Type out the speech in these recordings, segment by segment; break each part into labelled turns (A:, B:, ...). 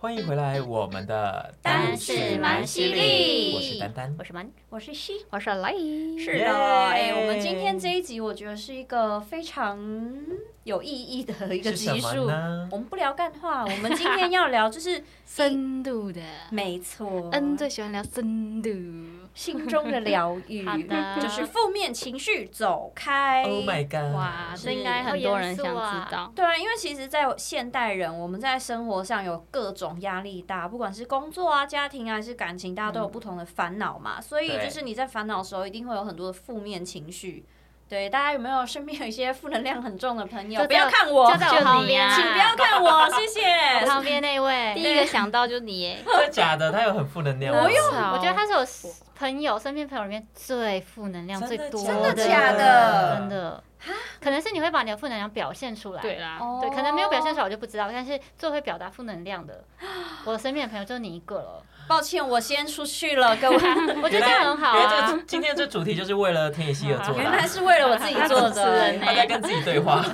A: 欢迎回来，我们的
B: 但是蛮犀利
A: 我是丹丹
B: 哦我。是蛮，
C: 我是西。
B: 我是来。
C: 是
A: 耶
C: 的，哎、我们今天这一集，我觉得是一个非常有意义的一个
A: 是什
C: 集
A: 么
C: 数。
A: 呢
C: 我们不聊干话，我们今天要聊就是
B: 深度的，
C: 没 错，
B: 嗯，最喜欢聊深度。
C: 心中的疗 愈
B: 好的，
C: 就是负面情绪走开。
A: Oh my god！
B: 哇，
C: 是
B: 这应该很多人想知道。
C: 对啊，因为其实，在现代人，我们在生活上有各种压力大，不管是工作啊、家庭啊还是感情，大家都有不同的烦恼嘛。所以，
A: 对
C: 就是你在烦恼的时候，一定会有很多的负面情绪。对，大家有没有身边有一些负能量很重的朋友？
B: 就
C: 不
B: 在我
C: 要看我，
B: 就在我旁边啊
C: 请不要看我，谢
B: 我
C: 谢。
B: 旁边那位，第一个想到就是你耶。
A: 真的假的？他有很负能量吗？
C: 我有
B: 我觉得他是我朋友身边朋友里面最负能量最多
C: 真的
B: 的，
C: 假的
B: 真的。可能是你会把你的负能量表现出来，
D: 对啦，
C: 哦
B: 对，可能没有表现出来我就不知道，但是最会表达负能 量的，我身边的朋友就你一个了。
C: 抱歉，我先出去了，各位。
B: 我觉得这样很好
A: 原来
B: 啊
A: 这。个今天这主题就是为了天野希尔做 的
C: 原来
A: 啊，
C: 是为了我自己做
B: 他主持人
C: 的
B: 呢，
A: 他在跟自己对 话。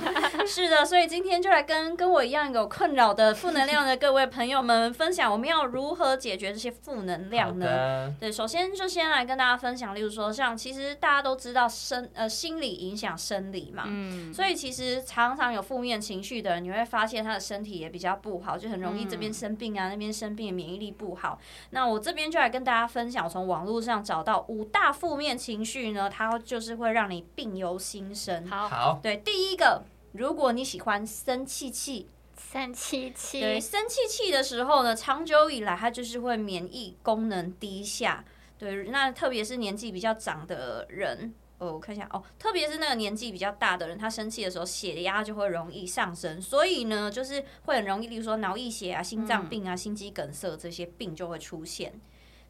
C: 是的，所以今天就来跟跟我一样有困扰的负能量的各位朋友们分享，我们要如何解决这些负能
A: 好
C: 量呢？
A: 的，
C: 对，首先就先来跟大家分享，例如说像其实大家都知道生呃心理影响生理嘛，
B: 嗯，
C: 所以其实常常有负面情绪的人，你会发现他的身体也比较不好，就很容易这边
A: 嗯
C: 生病啊，那边生病，免疫力不好。那我这边就来跟大家分享，我从网络上找到五大负面情绪呢，它就是会让你病由心生。
B: 好，
A: 好，
C: 对，第一个，如果你喜欢生气气，
B: 三七七，
C: 对，生气气的时候呢，长久以来它就是会免疫功能低下。对，那特别是年纪比较长的人，哦，我看一下哦，特别是那个年纪比较大的人，他生气的时候血压就会容易上升，所以呢，就是会很容易，例如说脑溢血啊、心脏病啊、心肌梗塞这些病就会出现。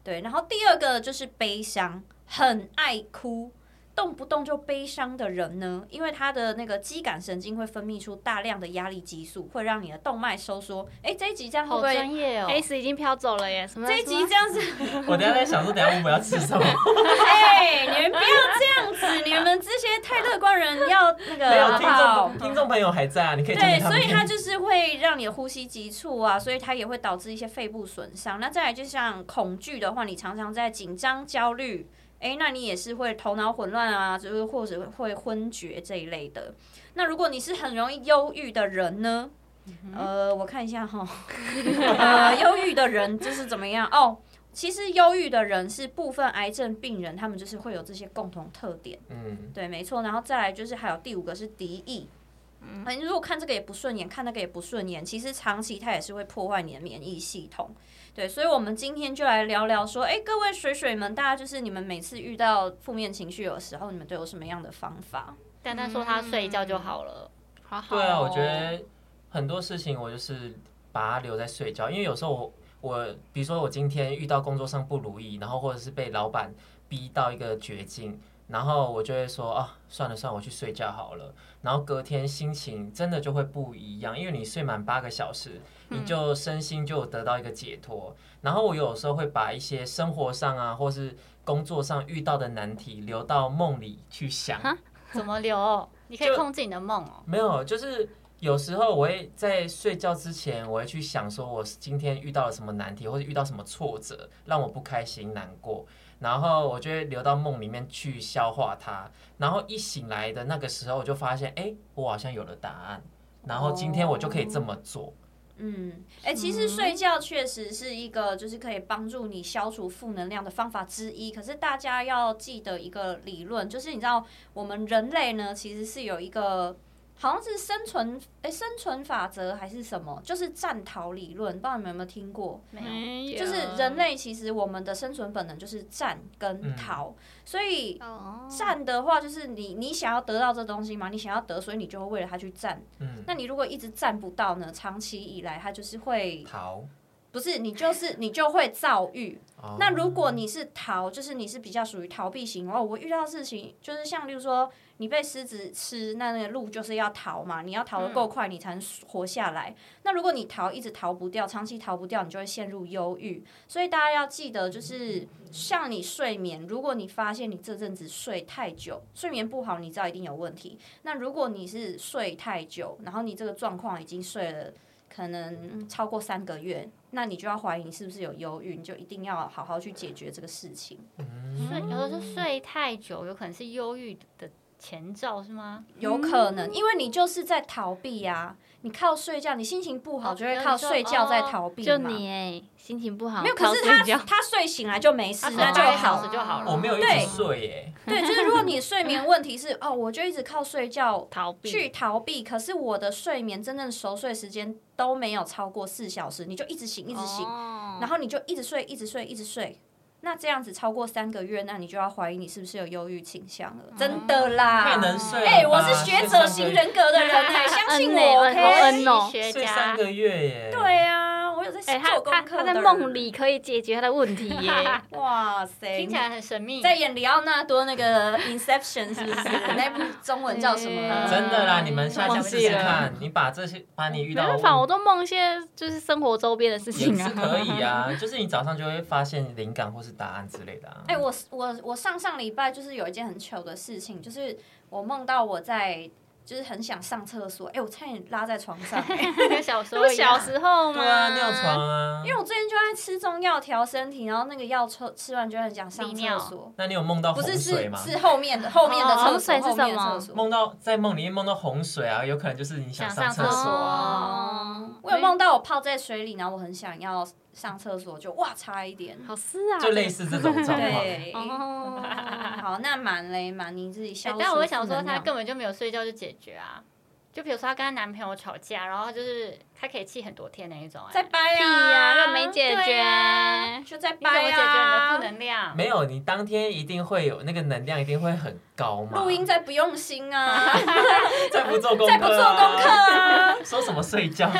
C: 对，然后第二个就是悲伤，很爱哭。动不动就悲伤的人呢，因为他的那个肌感神经会分泌出大量的压力激素，会让你的动脉收缩。哎、这一集这样会
B: 好
C: 不会？
B: 专业哦。
D: ，S 已经飘走了耶，什么
C: 这一集这样子，
A: 我等一下在想说，等一下我们要吃什么？
C: 哎、你们不要这样子，你们这些太乐观人要那
A: 没
C: 个
A: 有
C: 好不
A: 听
C: 好？
A: 众，听众朋友还在啊，你可以讲
C: 对，
A: 给他
C: 所
A: 们
C: 以
A: 听
C: 它就是会让你的呼吸急促啊，所以它也会导致一些肺部损伤。那再来，就像恐惧的话，你常常在紧张、焦虑，诶，那你也是会头脑混乱啊，就是或者会昏厥这一类的。那如果你是很容易忧郁的人呢？
A: 嗯
C: 呃，我看一下哈， 呃，忧郁的人就是怎么样哦？其实忧郁的人是部分癌症病人，他们就是会有这些共同特点。
A: 嗯，
C: 对，没错。然后再来就是还有第五个是敌意。嗯，如果看这个也不顺眼，看那个也不顺眼，其实长期它也是会破坏你的免疫系统。对，所以，我们今天就来聊聊说，哎，各位水水们，大家就是你们每次遇到负面情绪的时候，你们都有什么样的方法？
B: 丹丹说他睡一觉就好了，
D: 好好哦
A: 对啊，我觉得很多事情我就是把它留在睡觉，因为有时候我我比如说我今天遇到工作上不如意，然后或者是被老板逼到一个绝境，然后我就会说啊，算了算了，我去睡觉好了。然后隔天心情真的就会不一样，因为你睡满八个小时，
D: 嗯
A: 你就身心就有得到一个解脱。然后我有时候会把一些生活上啊，或是工作上遇到的难题留到梦里去想。
B: 怎么留？你可以
A: 就
B: 控制你的梦哦。
A: 没有，就是有时候我会在睡觉之前，我会去想说，我今天遇到了什么难题，或者遇到什么挫折，让我不开心、难过，然后我就会留到梦里面去消化它。然后一醒来的那个时候，我就发现，哎，我好像有了答案，然后今天我就可以这么做。
C: 嗯，哎、其实睡觉确实是一个就是可以帮助你消除负能量的方法之一。可是大家要记得一个理论，就是你知道我们人类呢，其实是有一个好像是生存哎、生存法则还是什么，就是战逃理论，不知道你们有没有听过？
B: 没有，
D: 没
A: 啊
D: 有，
C: 就是人类其实我们的生存本能就是战跟
A: 嗯
C: 逃，所以
B: 哦，
C: 战的话就是你你想要得到这东西嘛，你想要得，所以你就会为了它去战。
A: 嗯，
C: 嗯那你如果一直站不到呢，长期以来它就是会
A: 逃，
C: 不是你就是你就会躁郁。
A: 哦
C: 那如果你是逃，就是你是比较属于逃避型哦。我遇到事情，就是像例如说你被狮子吃，那那个路就是要逃嘛，你要逃得够快，你才能活下来。那如果你逃一直逃不掉，长期逃不掉，你就会陷入忧郁。所以大家要记得，就是像你睡眠，如果你发现你这阵子睡太久，睡眠不好，你知道一定有问题。那如果你是睡太久，然后你这个状况已经睡了。可能嗯超过三个月，那你就要怀疑你是不是有忧郁，你就一定要好好去解决这个事情。
B: 睡有的时候
C: 嗯
B: 睡太久，有可能是忧郁的前兆，是吗？
C: 有可能，因为你就是在逃避呀、你靠睡觉，你心情不
D: 哦
C: 好就会靠睡觉在逃避
D: 就
C: 嘛。
D: 你哎，心情不好，
C: 没有，可是
D: 靠睡
C: 他
D: 觉
C: 他睡醒来就没事，
B: 睡
C: 那就
B: 半个小
C: 好
B: 时。 就好了。
A: 哦我没有一
C: 对
A: 直睡耶，
C: 对，就是如果你睡眠问题是哦，我就一直靠睡觉
D: 逃避
C: 去逃 避，可是我的睡眠真正熟睡时间都没有超过四小时，你就一直醒一直醒，
D: 哦
C: 然后你就一直睡，一直睡，一直睡。那这样子超过三个月，那你就要怀疑你是不是有忧郁倾向了，真的啦。
A: 太能睡了吧。
C: 哎、我是学者型人格的人哎、相信我
D: 嗯欸
C: ，OK？
D: 嗯哦
B: 心理学
A: 睡
B: 家
A: 三，个月耶。
C: 对啊，我有在
D: 哎，他
C: 做功
D: 他
C: 课、
D: 他在梦，里可以解决他的问题耶，
C: 哇塞，
B: 听起来很神秘。
C: 在演里奥纳多那个 Inception 是不是？那部中文叫什么？
D: 嗯
A: 真的啦，你们下次
D: 忘
A: 试
D: 记
A: 试
D: 了
A: 看，你把这些把你遇
D: 没
A: 到的
D: 办
A: 问
D: 法，我都梦一些就是生活周边的事
A: 也
D: 情
A: 是
D: 啊，
A: 可以啊， 就是你早上就会发现灵感或是答案之类的啊。
C: 哎、我我我上上礼拜就是有一件很糗的事情，就是我梦到我在，就是很想上厕所，哎、我差点拉在床上、
B: 跟小时
D: 都
B: 候
D: 是
B: 一样
D: 小时候嘛，
A: 对啊，尿床啊
C: 因。为我最近就在吃中药调身体，然后那个药吃吃完就很想上
B: 利
C: 厕
B: 尿
C: 所，
A: 那你有梦到
C: 不
A: 洪
C: 是
A: 水
C: 是
A: 吗？
C: 是后面的后面的
D: 哦
C: 厕
D: 洪水
C: 所，
D: 是
C: 后面的
D: 什么
C: 厕所。
A: 梦到在梦里面梦到洪水啊，有可能就是你想
B: 想上
A: 厕所啊。
D: 哦
C: 我有梦到我泡在水里，然后我很想要上厕所，就哇差一点。
D: 好事啊，
A: 就类似这种状况。
C: 对，嗯
D: 哦，
C: 好，那满嘞满，你自己消
B: 哎
C: 除负能量。
B: 但我会想说，她根本就没有睡觉就解决啊。就比如说她跟她男朋友吵架，然后就是她可以气很多天那一种、哎
C: 再掰
D: 屁
C: 啊，
D: 呀，又没解
B: 对啊
D: 决，
C: 就再
B: 你怎
C: 掰
B: 么解决你的
C: 啊
B: 负。能量？
A: 没有，你当天一定会有那个能量，一定会很高嘛。
C: 录音再不用心啊，
A: 再不做功课、
C: 再不做功课，啊，
A: 说什么睡 觉，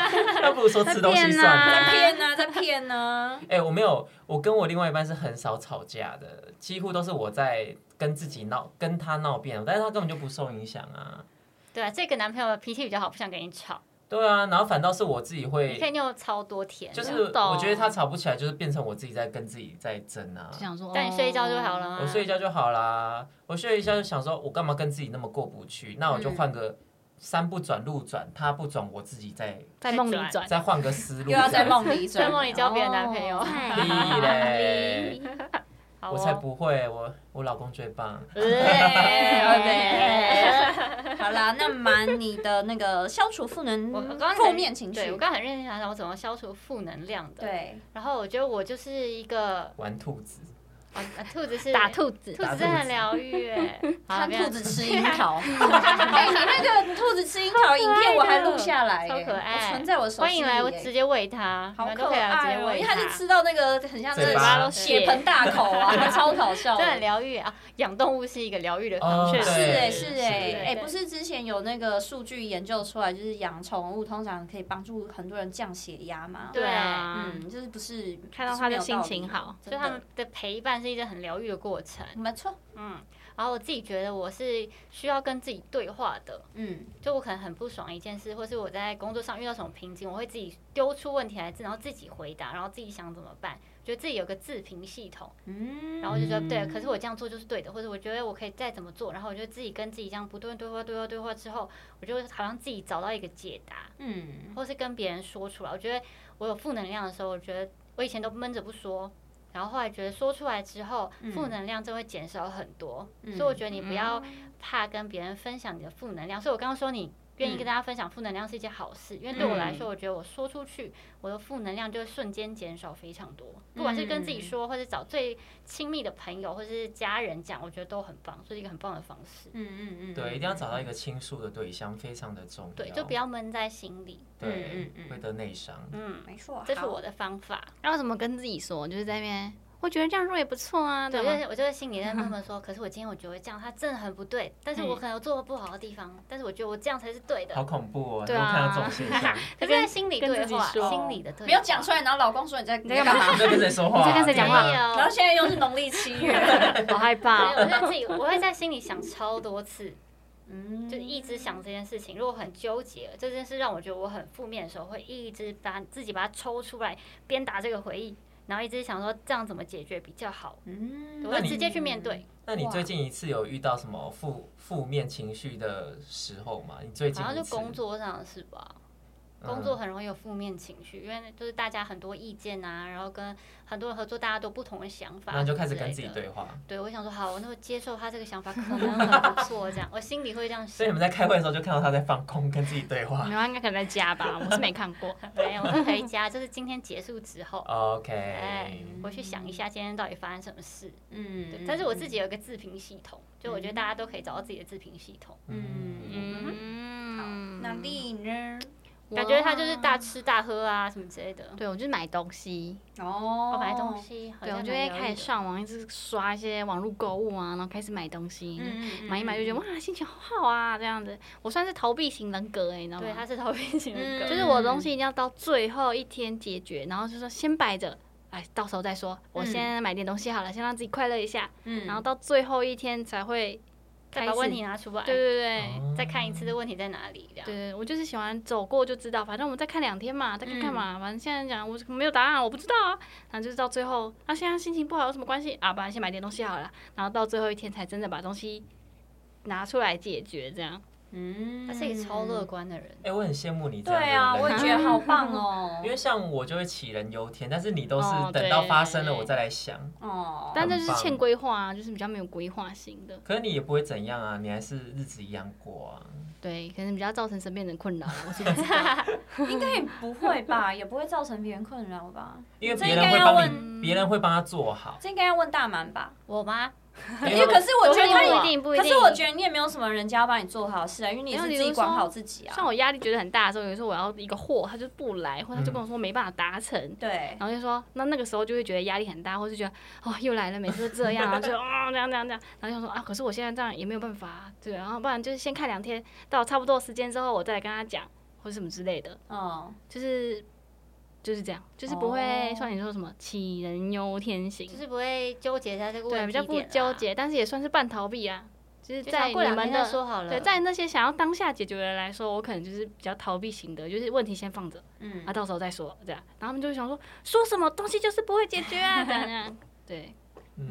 A: 那不如说吃东西
D: 在
A: 算
D: 骗啊
A: 了。
C: 再骗啊，再 骗啊。
A: 哎、我没有，我跟我另外一半是很少吵架的，几乎都是我在跟自己闹，跟他闹别扭，但是他根本就不受影响啊。
B: 对啊，这个男朋友脾气比较好，不想跟你吵。
A: 对啊，然后反倒是我自己
B: 你可以
A: 会，
B: 用超多天，
A: 就是
D: 懂
A: 我觉得他吵不起来，就是变成我自己在跟自己在争啊
D: 就。想说，哦
B: 但你睡一觉就好
D: 了。
B: 了吗？
A: 我睡一觉就好啦，我睡一觉就想说，我干嘛跟自己那么过不去？那我就换个山不转路转，他不转，我自己再
D: 在梦里转，
A: 再换个思路。
C: 又要在梦里转， 哦
B: 在梦里交别人男朋 友。
A: 屁嘞！
B: 好
A: 我才
B: 哦，
A: 不会，我我老公最棒。
C: 对，OK。好啦，那蛮你的那个消除负能
B: 我刚刚
C: 负面情
B: 对
C: 绪
B: 我，刚刚很认真想想我怎么消除负能量的。，
C: 对，
B: 然后我觉得我就是一个
A: 玩兔子，
B: 啊，兔子是
D: 打，兔子
B: 兔，子真的很疗愈 哎。好
C: 看
B: 不要
C: 兔子吃樱 桃。
B: 啊
C: 哎，你那个兔子吃樱桃影片我还录下来耶，
B: 超可爱
C: 我存在我手机
B: 欢
C: 里耶。
B: 迎来，我直接喂它，
C: 好
B: 你们
C: 可
B: 都可以来直
C: 爱
B: 接
C: 哦，因
B: 喂
C: 为它是吃到那个很像
A: 嘴
C: 是
A: 巴都
D: 血
C: 血盆大口啊， 超搞笑
B: 真
C: 的。
B: 的很疗愈啊！养动物是一个疗愈的方式，
A: 哦
C: 是
A: 对
C: 哎、
A: 是
C: 是哎、
B: 对
C: 哎、
B: 对
C: 不是之前有那个数据研究出来，就是养宠物通常可以帮助很多人降血压嘛。
B: 对
D: 对啊，
C: 嗯，就是不是
D: 看到它就心情好，
C: 就
B: 所以他们的陪伴是一件很疗愈的过程。
C: 没错，
B: 嗯，然后我自己觉得我是需要跟自己对话的，
C: 嗯，
B: 就我可能很不爽一件事，或是我在工作上遇到什么瓶颈，我会自己丢出问题来，然后自己回答，然后自己想怎么办，觉得自己有个自评系统，
C: 嗯，
B: 然后我就觉得对，可是我这样做就是对的，或者我觉得我可以再怎么做，然后我就自己跟自己这样不断对话、对话、对话之后，我就好像自己找到一个解答，
C: 嗯，
B: 或是跟别人说出来。我觉得我有负能量的时候，我觉得我以前都闷着不说，然后后来觉得说出来之后，
C: 嗯
B: 负能量就会减少很多。
C: 嗯
B: 所以我觉得你不要怕跟别人分享你的负能量。所以我刚刚说你。愿意跟大家分享负能量是一件好事，因为对我来说，我觉得我说出去，我的负能量就会瞬间减少非常多。不管是跟自己说，或者找最亲密的朋友，或者是家人讲，我觉得都很棒，这是一个很棒的方式
C: 嗯。嗯嗯，
A: 对，一定要找到一个倾诉的对象，非常的重要。
B: 对，就不要闷在心里。
A: 对，
C: 嗯嗯嗯
A: 会得内伤。
B: 嗯，
C: 没错，
B: 这是
C: 好
B: 我的方法。
D: 然后怎么跟自己说，就是在那边。我觉得这样做也不错啊，
B: 对，
D: 对
B: 我
D: 吗？
B: 就我就在心里在默默说，可是我今天我觉得这样，他真的很不对，但是我可能有做的不好的地方，但是我觉得我这样才是对的
A: 好，恐怖哦！
D: 对
A: 我
D: 啊
A: 看到这种现象，
B: 可是在心里
D: 跟
B: 对
D: 自己
B: 话，
D: 说
B: 心里的对话，
C: 哦不要讲出来，然后老公说你在你在干嘛？
A: 你在跟谁说话？啊
D: 你在跟谁讲话
B: 没有
C: 然后现在又是农历七月，
D: 好害怕
B: 对，我
D: 哦，
B: 在自 己，我会在心里想超多次，
C: 嗯，
B: 就一直想这件事情。如果很纠结，这件事让我觉得我很负面的时候，会一直把自己把它抽出来，鞭打这个回忆，然后一直想说这样怎么解决比较好，
C: 嗯，
B: 我
A: 那
B: 会
A: 你
B: 直接去面对。
A: 那你最近一次有遇到什么负负面情绪的时候吗？你最近
B: 好像
A: 一
B: 就
A: 次
B: 工作上的事吧，
A: 嗯
B: 工作很容易有负面情绪，因为就是大家很多意见啊，然后跟很多人合作，大家都不同的想法，
A: 然后你就开始跟自己。对话。
B: 对，我想说好，我那我接受他这个想法可能很不错，这样我心里会这 样
A: 所以
B: 想
A: 你。们在开会的时候就看到他在放空，跟自己对话
D: 没。有，应该可能在家吧，我是没看过。
B: 没有，我回家就是今天结束之后，哎
A: OK，，
B: 我去想一下今天到底发生什么事。对
C: 嗯，
B: 但是我自己有一个自评系统，就我觉得大家都可以找到自己的自评系统。
A: 嗯，
D: 嗯
C: 那丽呢？
B: 感觉他就是大吃大喝啊什么之类的。
D: 对，我就是买东西，
C: 哦
B: 我买东，西，好
D: 对，
B: 像
D: 我就
B: 蛮
D: 会
B: 疗愈
D: 开始
B: 的
D: 上网，一直刷一些网络购物啊，然后开始买东西，
C: 嗯
D: 买一买就觉得哇，心情好好啊，这样子。我算是逃避型人格哎、你知道吗？
B: 对，他是逃避型人格，
C: 嗯
D: 就是我的东西一定要到最后一天解决，然后就说先摆着，哎，到时候再说。我先买点东西好了，先让自己快乐一下，
C: 嗯
D: 然后到最后一天才会
B: 再
D: 开
B: 把
D: 始
B: 问题拿出来，
D: 对对对。
A: 哦
B: 再看一次的问题在哪里，这样
D: 对。对，我就是喜欢走过就知道，反正我们再看两天嘛，再看看嘛，反正现在讲我没有答案，我不知道啊。然后就是到最后，啊，现在心情不好有什么关系啊？不然先买点东西好了，然后到最后一天才真的把东西拿出来解决，这样。
C: 嗯
B: 他是一个啊超乐。观 的人，
A: 哎，我很羡慕你这
C: 对
A: 样的人。
C: 啊，我也觉 得好棒
A: 因
C: 哦。
A: 为像我就会杞人忧天，但是你都是
D: 哦
A: 等到发生了
D: 对
A: 我再来想，
C: 哦，
D: 但这就
A: 很
D: 是
A: 棒
D: 欠规划啊，就是比较没有规划型的，
A: 可是你也不会怎样啊，你还是日子一样过啊。
D: 对，可能比较造成身边人困扰，我是不知道。
C: 应该也不会吧，也不会造成别人困扰吧？
A: 因为
C: 这
A: 别
C: 应
A: 人
C: 该
A: 会
C: 要
A: 帮你，
D: 问
A: 别人会帮他做 好。
C: 这应该要问大满吧？
B: 我吗？
C: 因为可是我觉得
B: 不
C: 他
B: 一
C: 也
B: 定不一
C: 可
B: 定，
C: 是我觉得你也没有什么人家要帮你做好事啊，因为你
D: 没有
C: 是
D: 比
C: 自
D: 如
C: 己管
D: 说
C: 好自己
D: 像
C: 啊。
D: 我压力觉得很大的时候，有时候我要一个货，他就不来，
A: 嗯
D: 或他就跟我说没办法达成，
C: 对，
D: 然后就说，那那个时候就会觉得压力很大，或是觉得哦又来了，每次都这样，然后就啊、这样这样这样，然后就说啊，可是我现在这样也没有办法啊，对，然后不然就是先看两天，到差不多时间之后我再来跟他讲，或什么之类的，
C: 嗯，
D: 就是就是这样，就是不会
C: 哦
D: 像你说什么杞人忧天型，
B: 就是不会纠结在这个问
D: 对，
B: 题，
D: 比较不纠，结，但是也算是半逃避啊，就是
B: 就
D: 在
B: 像
D: 你
B: 过两
D: 们
B: 天再
D: 的。
B: 说好了。
D: 对，在那些想要当下解决的人来说，我可能就是比较逃避型的，就是问题先放着，
C: 嗯
D: 啊，到时候再说，这样。然后他们就会想说，说什么东西就是不会解决啊，这样这样。对，
A: 嗯，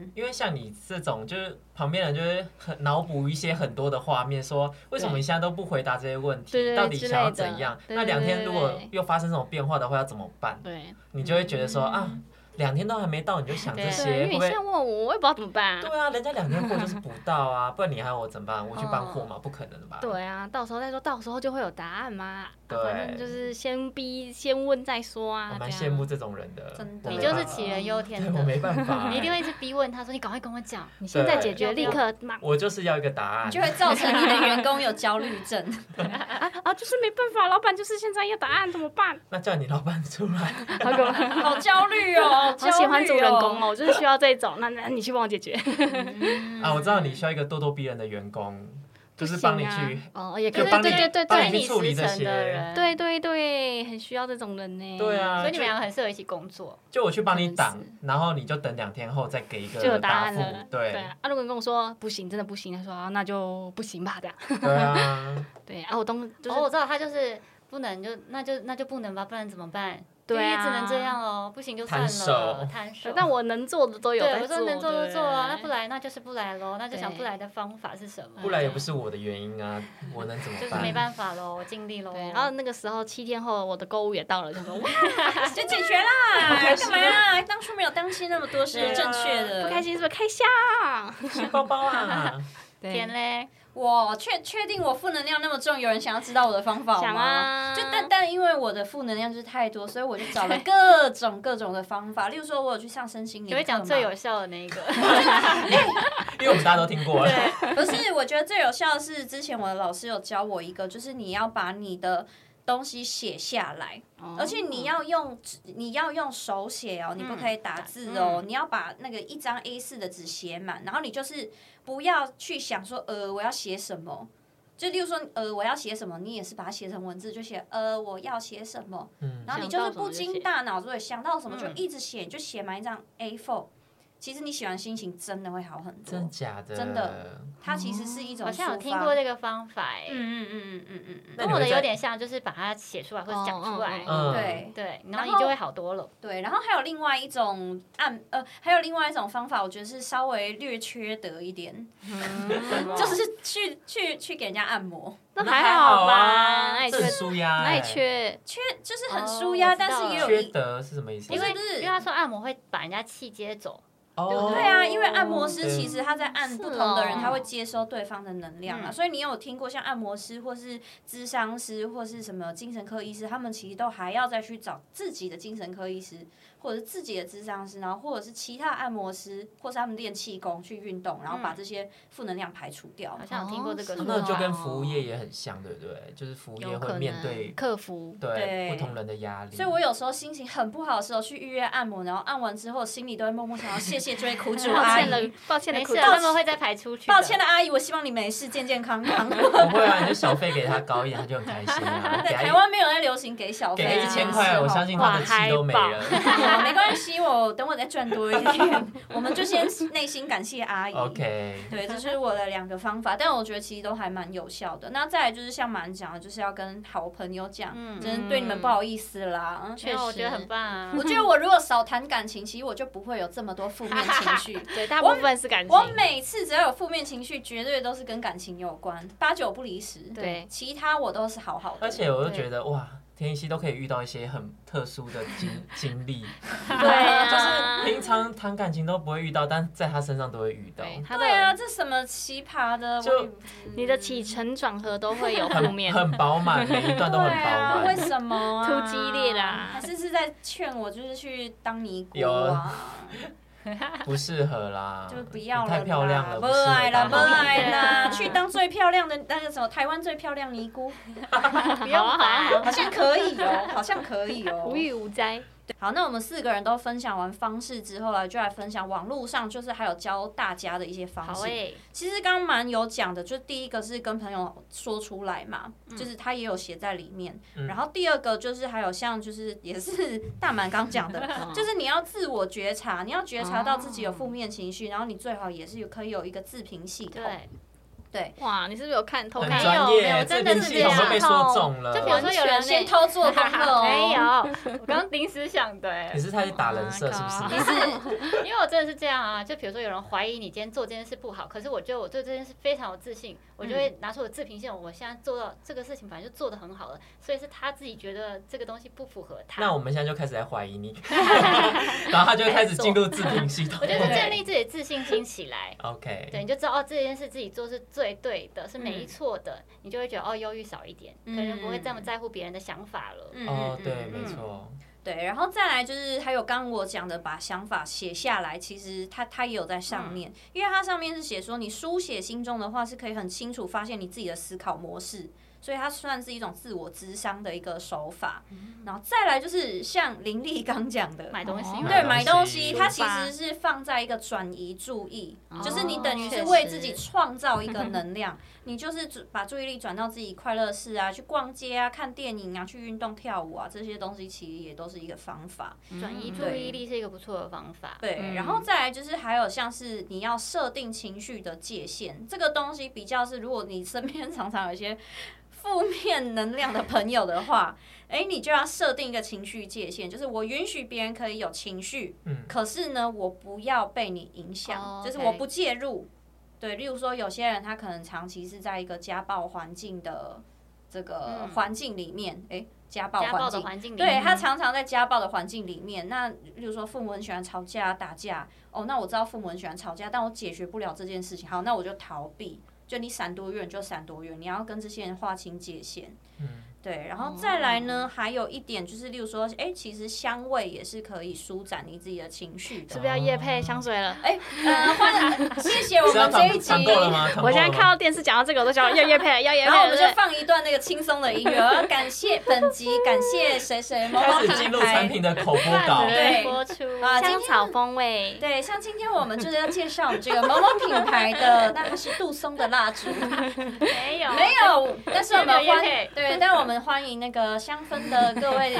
C: 嗯，
A: 因为像你这种，就是旁边人就会很脑补一些很多的画面，说为什么你现在都不回答这些问
D: 对对
A: 题，
D: 对
A: 到底想要
D: 之类的
A: 怎样？
D: 对对
A: 那两天如果
D: 对对
A: 又发生什么变化的话，要怎么办？
D: 对，
A: 你就会觉得说
C: 嗯
A: 啊，两天都还没到，你就想这
B: 对
A: 些，
D: 对，
A: 会不
D: 因为你
A: 会
D: 现在问我，我也不知道怎么办啊。
A: 对啊，人家两天货就是不到啊，不然你还要我怎么办？我去办货吗？不可能吧？
D: 对啊，到时候再说，到时候就会有答案嘛。啊
A: 对
D: 反正就是先逼，先问再说
A: 我
D: 啊。
A: 蛮
D: 这
A: 羡
D: 样
A: 慕这种人的，
C: 真的
A: 我
B: 你
A: 没
B: 就是
A: 办法
B: 杞人忧天
A: 嗯对我没
B: 的，
A: 办法，
B: 你一定会一直逼问他说：“你赶快跟我讲。
D: 你现在解决，
B: 对
D: 立刻马
A: 我就是要一个答案
C: 你就。会造成你的员工有焦虑症。
D: 啊，就是没办法，老板就是现在要答案，怎么办？
A: 那叫你老板出来，
D: 好可怕，
C: 好焦虑哦，
D: 好喜欢主人公哦，我就是需要这种。那那你去帮我解决，
B: 嗯
A: 啊！我知道你需要一个咄咄逼人的员工，就是帮你去，
D: 哦，也可
A: 就
D: 以，
A: 帮
D: 对
A: 你
D: 对对
A: 帮
D: 对
A: 你去处理这些。
D: 对对对，很需要这种人呢。
A: 对，啊，
B: 所以你们
A: 就
B: 两个很适合一起工作。
A: 就我去帮你挡
D: 真是，
A: 然后你就等两天后再给一
D: 就有
A: 个
D: 答
A: 答
D: 案
A: 复
D: 了。。
A: 对
D: 啊，如果你跟我说不行，真的不行，他说啊，那就不行吧，这样。
A: 对啊，
D: 对啊，我东就
B: 哦，我
D: 是
B: 知道他就是不能就那就那就不能吧，不然怎么办？
D: 对啊
B: 就只能这样哦，不行就算
A: 摊手
B: 了，摊手。
D: 但我能做的都有
B: 对，
D: 在
B: 我
D: 做，
B: 说能做就做啊，
D: 对
B: 那不来那就是不来喽，那就想
D: 对
B: 不来的方法是什么？
A: 不然也不是我的原因啊，我能怎么
B: 就是没
A: 办？
B: 办法喽，我尽力喽。
D: 对，然啊后那个时候七天后，我的购物也到了，就说哇，
C: 就解决啦，干嘛呀？当初没有当心那么多是
A: 对啊
C: 正确的。
D: 啊不开心是不是开箱？
A: 去包包啊，
D: 对
B: 天，嘞，
C: 我确确定我负能量那么重，有人想要知道我的方法吗？
D: 想啊
C: 就
B: 嗯
C: 但但因为我的负能量就是太多，所以我就找了各种各种的方法。例如说，我有去上身心灵
B: 你
C: 课
B: 会讲最
C: 嘛
B: 有效的那一个，
A: 因为我们大家都听过啊了。
C: 不是，我觉得最有效的是之前我的老师有教我一个，就是你要把你的东西写下来，而且你要用纸你要用手写哦，你不可以打字哦，你要把那个一张 A 四的纸写满，然后你就是不要去想说呃我要写什么。就例如说，呃，我要写什么，你也是把它写成文字，就写，呃，我要写什么，然后你就是不经大脑，对，想到什么就一直写，你就写满一张 A4。其实你写完心情真的会好很多，
A: 真的假的？
C: 真的。它其实是一种
B: 嗯好像有
C: 抒
B: 听
C: 发
B: 过这个方法哎、
C: 嗯嗯嗯嗯嗯嗯
A: 那
B: 跟
A: 你
B: 我
A: 会
B: 的有
A: 在
B: 点像，就是把它写出来或者讲出来，
A: 嗯
C: 嗯，对
B: 对，然
C: 然
B: 后你就
C: 后
B: 会好多了。
C: 对。然后还有另外一种按呃，还有另外一种方法，我觉得是稍微略缺德一点，
B: 嗯
C: 就
B: 就
C: 是去去去给人家按摩，
D: 那
A: 那
D: 还
A: 还
D: 好
A: 好
D: 吧？
A: 啊
D: 那也
A: 这很
D: 缺，
A: 舒压、
D: 那
A: 欸，
D: 也缺，
C: 缺就是很
B: 哦
C: 舒
B: 我
C: 压，
B: 知
C: 但
B: 道
C: 是也
B: 了
C: 有
A: 缺
C: 一
A: 德是什么意思？
C: 因为
A: 对
B: 因为他说按摩会把人家气接走，
A: 哦，
C: 对啊，因为按摩师
A: 对
C: 其实他在按不同的人，
B: 哦是哦
C: 他会接收对方的能量啊。
B: 嗯
C: 所以你有听过像按摩师或是咨商师或是什么精神科医师，他们其实都还要再去找自己的精神科医师，或者是自己的咨商师，然后或者是其他按摩师，或是他们练气功去运动，然后
B: 嗯
C: 把这些负能量排除掉
B: 好。像有听过这个说
D: 哦是
A: 那
D: 哦
A: 就
B: 法。
A: 跟服务业也很像，对不对？就是服务业
D: 有
A: 会
D: 可
A: 面
D: 能
A: 对
D: 客服
A: 对
C: 对
A: 不同人的压力，
C: 所以我有时候心情很不好的时候去预约按摩，然后按完之后心里都会默默想要谢谢这位苦主
D: 抱
C: 阿
D: 歉
C: 姨
D: 了，，抱歉了，
B: 没
D: 苦
B: 事，
D: 主
B: 他们会再排出去。
C: 抱歉，了阿姨，我希望你没事，健健康 康。
A: 不会啊，你就小费给他高一点，他就很开心啊。
C: 对，
A: 给他
C: 台湾没有在流行给小
A: 给个
C: 费这
A: 一
C: 件
A: 千
C: 事
A: 块，
C: 哦
A: 我相信他的气都没了。
C: 好没关系，我等我再赚多一点，我们就先内心感谢 阿姨。
A: OK，
C: 对，这是我的两个方法，但我觉得其实都还蛮有效的。那再来就是像蛮讲的，就是要跟好朋友讲，
B: 嗯
C: 真的对你们不好意思啦。嗯
B: 没有我觉得
D: 确实
B: 很棒啊。
C: 我觉得我如果少谈感情，其实我就不会有这么多负面情绪。
D: 对，大部分是感情啊
C: 我。每次只要有负面情绪，绝对都是跟感情有关，八九不离十。
D: 对
C: 其他我都是好好的。
A: 而 且我就觉得哇，田一希都可以遇到一些很特殊的经经 历，
D: 对啊，
A: 就是平常谈感情都不会遇到，但在他身上都会遇到。
D: 对，他
C: 对啊，
D: 的
C: 这什么奇葩的？
A: 就
C: 我也
D: 你的起承转合都会有负
A: 很
D: 面，
A: 很饱满，每一段都很
C: 对
A: 饱
C: 啊，
A: 满。
C: 为什么啊？
D: 突击烈啦
C: 他是是在劝我，就是去当尼姑啊，
A: 不适合啦，
C: 就不要
A: 你
C: 了啦，
A: 太漂亮了，
C: 不
A: 适合
C: 爱啦，
A: 当
C: 不
A: 老师
C: 爱啦，
B: 对 啊
C: 去当最漂亮的那个什么台湾最漂亮 尼姑，
B: 不用
D: 好啊
B: 吧
D: 好啊，
C: 好像可以哦，好像可以哦
D: 无。欲无灾。
C: 好，那我们四个人都分享完方式之后呢，啊就来分享网络上就是还有教大家的一些方
B: 好欸
C: 式。
B: 诶，
C: 其实刚刚蛮有讲的，就第一个是跟朋友说出来嘛，
B: 嗯
C: 就是他也有写在里面。
A: 嗯
C: 然后第二个就是还有像就是也是 大满刚讲
B: 嗯
C: 的，就是你要自我觉察，你要觉察到自己
B: 哦
C: 有负面情绪，然后你最好也是有可以有一个自评系统。
B: 对，
D: 哇，你是不是有看偷
A: 很
D: 看？
A: 专
B: 没有没
A: 业，
B: 有
A: 这
B: 真的
A: 边
B: 是
A: 系统
B: 这
A: 都
B: 样
A: 被说中了。
B: 就比如说有人哎
C: 先偷做功课 哦，
B: 没有，我刚刚临时想的欸
A: 你是他去打人设是不
D: Oh
A: 是
B: 因
D: my？
B: 为我真的是这样啊，就比如说有人怀疑你今天做这件事不好，可是我觉得我对这件事非常有自信，
C: 嗯
B: 我就会拿出我的自评线，我现在做到这个事情，反正就做得很好了，所以是他自己觉得这个东西不符合他。
A: 那我们现在就开始来怀疑你， 然后他就会开始进入自评系统
B: 我。觉得是
C: 对
B: 建立自己的自信心起来，
A: OK，
B: 对，你就知道哦，这件事自己做是最对的，是没错的，你就会觉得哦，忧郁少一点，可
C: 嗯
B: 能就不会这么在乎别人的想法了。
C: 嗯
A: 哦，
C: 嗯
A: 对，
C: 嗯
A: 没错，
C: 对，然后再来就是还有刚刚我讲的，把想法写下来，其实它它也有在上面，因为它上面是写说你书写心中的话，是可以很清楚发现你自己的思考模式，所以它算是一种自我智商的一个手法。然后再来就是像林立刚讲的。
B: 买东西
D: 哦
B: 嘛，
C: 对，
A: 买
C: 买
A: 东
C: 东
A: 西
C: 西，它
D: 出
C: 其
D: 发
C: 实是放在一个转移注意，就是你等于
B: 哦确
C: 是为
B: 实
C: 自己创造一个能 量，你就是只把注意力转到自己快乐的事啊，去逛街啊、看电影啊、去运动、跳舞啊，这些东西其实也都是一个方法。
B: 转移
D: 嗯
B: 注意力是一个不错的方法。
C: 对，然后再来就是还有像是你要设定情绪的界限，这个东西比较是，如果你身边常常有一些负面能量的朋友的话，哎，你就要设定一个情绪界限，就是我允许别人可以有情绪，
A: 嗯
C: 可是呢，我不要被你影响，
B: 哦
C: 就是
B: OK
C: 我不介入。对，例如说有些人他可能长期是在一个家暴环境的这个
B: 嗯
C: 环境里面，哎、家暴
B: 家暴
C: 环
B: 的
C: 境。
B: 环境里
C: 对
B: 面，
C: 他常常在家暴的环境里面，那例如说父母很喜欢吵架、打架，哦，那我知道父母很喜欢吵架，但我解决不了这件事情，好，那我就逃避，就你闪多远就闪多远，你要跟这些人划清界限。
A: 嗯，
C: 对，然后再来呢，还有一点就是，例如说，哎、其实香味也是可以舒展你自己的情绪
D: 是
C: 的
D: 不。是要夜配香水了？
C: 哎、呃，换谢谢我
A: 是要
C: 们这一
A: 团
C: 集，
A: 团购了吗？
D: 我现在看
A: 到
D: 到电视讲到这个，我都想要夜配，要夜配。
C: 然后我们就
D: 对不对
C: 放一段那个轻松的音乐。我要感谢本集，感谢谁谁某某
A: 开始 进
C: 品
A: 入产
C: 牌。
A: 品的口播稿
B: 范，
C: 对
B: 围播出，
C: 啊今
D: 香
C: 天
D: 草风味，
C: 对，像今天我们就是要介绍我们这个某某品牌 的，那它是杜松的蜡烛，
B: 没有
C: 没有，但是我们
B: 没有业
C: 欢
B: 配
C: 对，但我们欢迎那个香氛的各位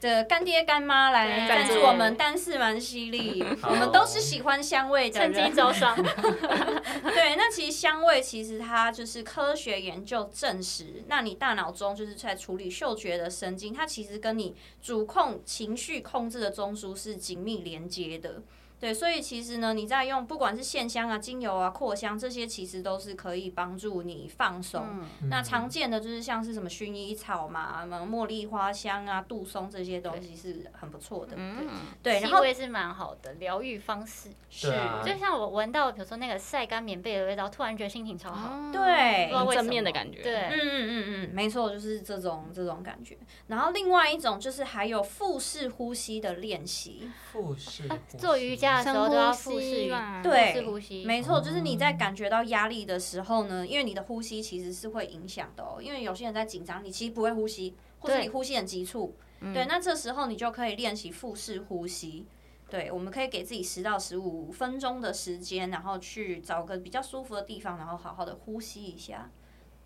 C: 的干爹干妈来
B: 对
C: 赞助我们单四蛮犀利，
A: 好
C: 我们都是喜欢香味的
B: 趁机
C: 人。
B: 走爽，
C: 对，那其实香味其实它就是科学研究证实，那你大脑中就是在处理嗅觉的神经，它其实跟你主控情绪控制的中枢是紧密连接的。对，所以其实呢，你在用不管是线香啊、精油啊、扩香这些，其实都是可以帮助你放松。
B: 嗯
C: 那常见的就是像是什么薰衣草嘛、什么茉莉花香啊、杜松这些东西是很不错的。
D: 嗯，
C: 对，然
B: 气
C: 后
B: 味是蛮好的疗愈方式，
C: 是
A: 对啊
B: 就像我闻到，比如说那个晒干棉被的味道，突然觉得心情超好。
C: 哦对
B: 不知道为什么
D: 正面的感觉。
B: 对，
C: 嗯嗯嗯嗯，没错，就是这种这种感觉。然后另外一种就是还有腹式呼吸的练习，
B: 啊
A: 复式
B: 做瑜伽的时
D: 深
B: 候都要
D: 呼
B: 腹式
D: 吸嘛，
C: 对
B: 腹式呼吸，哦
C: 没错，就是你在感觉到压力的时候呢，因为你的呼吸其实是会影响的哦。因为有些人在紧张，你其实不会呼吸，或者
B: 对
C: 你呼吸很急促，
D: 嗯
C: 对，那这时候你就可以练习腹式呼吸。对，我们可以给自己十到十五分钟的时间，然后去找个比较舒服的地方，然后好好的呼吸一下。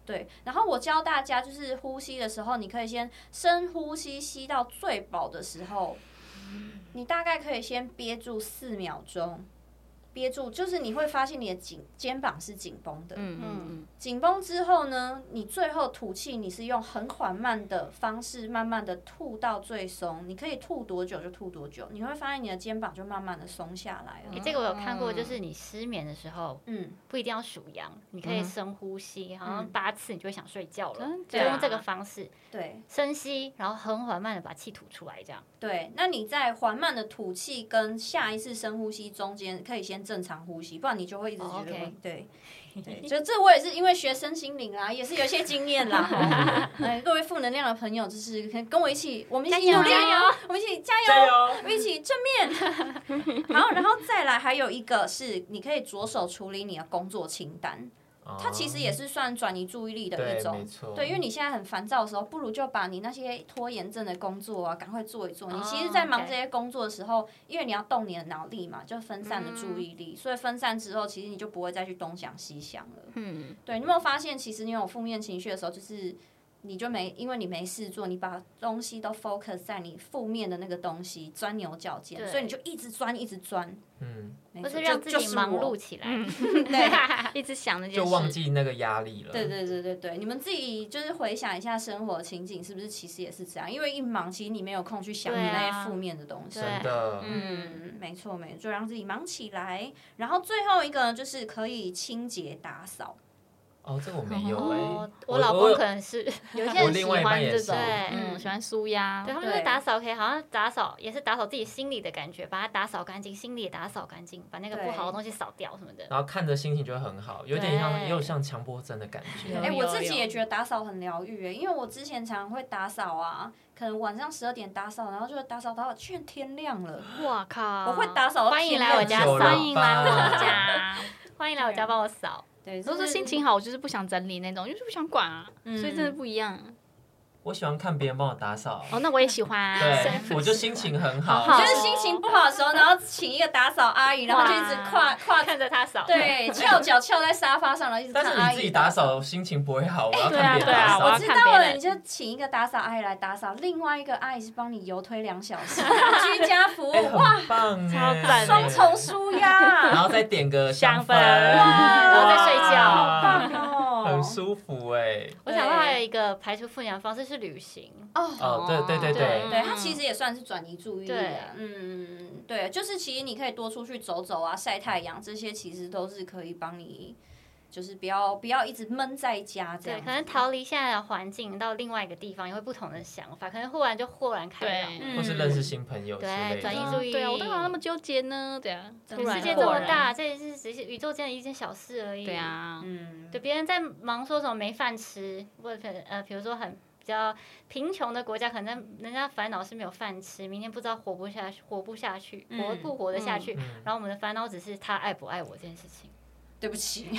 C: 对，然后我教大家，就是呼吸的时候，你可以先深呼吸，吸到最饱的时候，你大概可以先憋住四秒钟，憋住，就是你会发现你的颈肩膀是紧绷的，
D: 嗯嗯
C: 紧绷之后呢，你最后吐气，你是用很缓慢的方式，慢慢的吐到最松，你可以吐多久就吐多久，你会发现你的肩膀就慢慢的松下来了。
B: 诶这个我有看过，就是你失眠的时候，
C: 哦嗯，
B: 不一定要数羊，你可以深呼吸，好像八次你就会想睡觉了
D: 真，
B: 就
C: 假
B: 用这个方式
C: 对
B: 深吸，然后很缓慢的把气吐出来，这样。
C: 对，那你在缓慢的吐气跟下一次深呼吸中间，可以先正常呼吸，不然你就会一直觉得、
B: 哦，OK
C: 对。对， 就这我也是因为学身心灵啦，也是有一些经验啦。 吼哎，各位负能量的朋友，就是跟跟我一起，我们一起
B: 加油
C: 努力，
B: 加油
C: 我们一起加油，
A: 加油，
C: 一起正面。 好，然后再来还有一个是，你可以着手处理你的工作清单，它其
A: 哦
C: 实也是算转移注意力的一
A: 对，没
C: 种。
A: 错，
C: 对，因为你现在很烦躁的时候，不如就把你那些拖延症的工作啊，赶快做一做。你其实，在忙
B: 哦
C: 这
B: ，OK
C: 些工作的时候，因为你要动你的脑力嘛，就分散了
B: 嗯
C: 注意力，所以分散之后，其实你就不会再去东想西想了。
D: 嗯，
C: 对，你有没有发现，其实你有负面情绪的时候，就是你就没，因为你没事做，你把东西都 focus 在你负面的那个东西，钻牛角尖，
B: 对
C: 所以你就一直钻，一直钻，
A: 嗯，
C: 没
B: 或
C: 错
B: 是让
C: 就
B: 自
C: 就
B: 己
C: 是
B: 忙
C: 我
B: 碌起来，
C: 对
D: 一直想那件事，
A: 就忘记那个压力了。
C: 对对对对对，你们自己就是回想一下生活情景，是不是其实也是这样？因为一忙，其实你没有空去想你
B: 对
C: 那
B: 啊
C: 些负面的东西。
A: 真的，
B: 对
C: 嗯，没错没错，就让自己忙起来。然后最后一个呢，就是可以清洁打扫。
A: 哦，这个我没有哎
B: 哦，，我老公可能是，
D: 有些人
A: 我
D: 喜
A: 另外一半
D: 欢
A: 也
D: 这
A: 是
D: 种，
B: 对
D: 嗯，喜欢舒压
B: 对，他们说
C: 对
B: 打扫可以，好像打扫也是打扫自己心里的感觉，把它打扫干净，心里也打扫干净，把那个
C: 对
B: 不好的东西扫掉什么的。
A: 然后看着心情就会很好，有点像，
B: 对
A: 也有像强迫症的感
D: 有
A: 觉。
C: 哎、我
D: 有
C: 自己也
D: 有
C: 觉得打扫很疗愈、欸，因为我之前常常会打扫啊，可能晚上十二点打扫，然后就打扫到居然天亮了。
D: 哇靠！
C: 我会打扫到
B: 欢迎
C: 天
B: 来
C: 亮
B: 我家
C: 的时候
A: 久了
D: 欢迎来我
A: 吧
D: 家。
B: 欢迎来我家帮我扫，
C: 对，就
D: 都是心情好，我就是不想整理那种，因为就不想管啊，
C: 嗯
D: 所以真的不一样。
A: 我喜欢看别人帮我打扫，
D: 哦，那我也喜欢。
A: 对，我就心情很好。
D: 好
C: 就是心情不好的时候，然后请一个打扫阿姨，然后就一直跨跨，
B: 看着他扫。，
C: 啊 对，翘脚翘在沙发上，然后一直
A: 但
C: 看
A: 是
C: 阿
A: 你
C: 姨。
A: 自己打扫心情不会好，我要
D: 对
A: 看
D: 啊
A: 别人
D: 对啊
A: 打
D: 我
A: 扫
D: 要
C: 我。知道
D: 看别
C: 了，
D: 人
C: 你就请一个打扫哎阿姨来打扫，另外一个阿姨是帮你邮推两小 时，居家服务，
A: 哎，
C: 哇，
A: 很棒
D: 超
A: 哎，
D: 赞
C: 双重舒
A: 然
C: 压，
A: 后再点个
D: 香
A: 氛，
D: 氛然
B: 后再睡觉
C: 好棒哦，
A: 很舒服哎。
B: 我想到还有一个排除负能量的方式是旅行，
C: 哦。
A: 哦，对对对
B: 对
C: 对，它其实也算是转移注意力
B: 对
C: 啊。嗯，对，就是其实你可以多出去走走啊，晒太阳，这些其实都是可以帮你，就是不要不要一直闷在家这样
B: 对，
C: 子。
B: 可能逃离现在的环境，到另外一个地方，也会不同的想法，可能忽然就豁然开朗。
D: 对
C: 嗯
A: 或是认识新朋友之类
B: 对转移
A: 的。
B: 注意力
D: 对啊，我干嘛那么纠结呢？对啊，
C: 真
D: 突
C: 的
D: 然
B: 世界这么大，，这也是只是宇宙间的一件小事而已。
D: 对，啊，
C: 嗯，
B: 对，别人在忙说什么没饭吃，或者可能呃，比如说很较贫穷的国家，可能人家烦恼是没有饭吃，明天不知道活不下去，活不下去，
C: 嗯
B: 活不活得下去。
A: 嗯
B: 然后我们的烦恼只是他爱不爱我这件事情。
C: 对不起，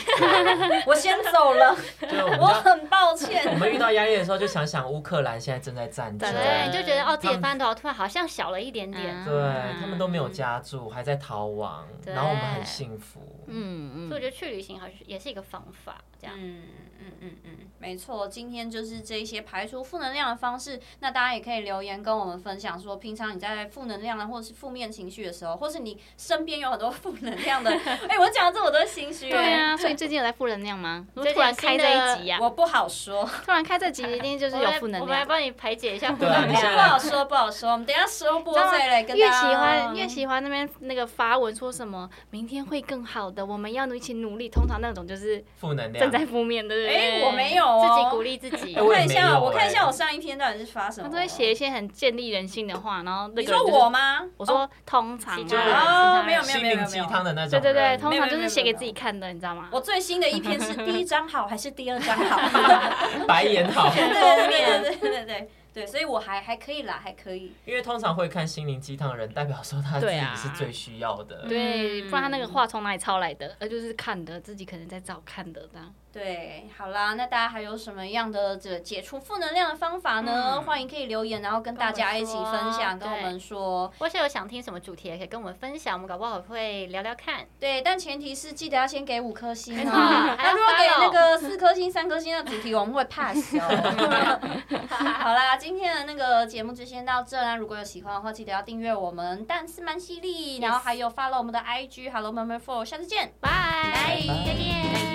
C: 我先走了，
A: 就我们
C: 我
A: 要
C: 很抱
A: 我
C: 歉。
A: 们遇到压力的时候，就想想乌克兰现在正在战争，
D: 对
B: 对，你就觉得哦，自己
A: 他们
B: 的烦恼突然好像小了一点点。
D: 嗯
A: 对他们都没有家住，还在逃亡，
B: 对
A: 然后我们很幸福。
D: 嗯
B: 所以我觉得去旅行好像也是一个方法，这样。
C: 嗯嗯嗯嗯，没错，今天就是这些排除负能量的方式。那大家也可以留言跟我们分享，说平常你在负能量啊，或者是负面情绪的时候，或是你身边有很多负能量 的，哎、我讲到这我都心虚、哎
D: 对啊，所以最近有在负能量吗？如果突然
B: 最近
D: 开这
B: 新的
D: 一集啊呀、
C: 我不好说，
D: 突然开这集一定就是
B: 我
D: 有
B: 来
D: 负能
B: 我们来
D: 量。啊
B: 帮你排解一下负
A: 对啊
B: 能
A: 你
B: 量
A: 现。在
C: 不好说，不好说。我们等一下收播再来跟
D: 越
C: 大
D: 喜
C: 家。嗯
D: 欢越喜欢那边那个发文说什么明天会更好的，我们要一起努力。通常那种就是
A: 负能量
D: 正，在负面的，对不
C: 啊哎、
D: 对？
C: 我没有、哦，
B: 自己鼓励自己
A: 哎。
C: 我
A: 我也
C: 看一
A: 没
C: 下，
A: 有
C: 我看一下
A: 哎
C: 我上一篇到底是发什
D: 他
C: 么。
D: 都会写一些很建立人心的话，然后那
C: 你
D: 个人
C: 说
D: 就是
C: 我吗？
D: 我说通常
B: 其中人
D: 啊，
C: 哦，没有没有
A: 心
C: 没有
A: 灵
C: 没
A: 鸡
C: 有。
A: 汤的那种
D: 对
A: 人。
C: 没
D: 对对，通
C: 有
D: 常
C: 没有
D: 就是写
C: 没有
D: 给自己看的，你知道吗？
C: 我最新的一篇是第一章好还是第二章 好？
A: 白眼好，
C: 对对对对对对对对，所以我还还可以啦，还可以。
A: 因为通常会看心灵鸡汤的人，代表说他自
D: 对啊
A: 己是最需要的。
D: 对，
C: 嗯
D: 不然他那个话从哪里抄来的？呃，就是看的，自己可能在找看的这样。
C: 对，好啦，那大家还有什么样的这解除负能量的方法呢？
B: 嗯
C: 欢迎可以留言，然后跟大家一起分享，跟
B: 跟
C: 我
B: 我们说
C: 们说。
B: 或是有想听什么主题，也可以跟我们分享，我们搞不好会聊聊看。
C: 对，但前提是记得要先给五颗星
B: 错
C: 哦。
B: 还
C: 那
B: 要
C: 如果给那
B: follow
C: 个四颗星、三颗星的主题，我们会 pass 哦。 好啦，今天的那个节目就先到这啦。如果有喜欢的话，记得要订阅我们但是蛮犀利，然后还有 follow 我们的 IG Hello Murmur Four，下次见，
B: 拜，再见。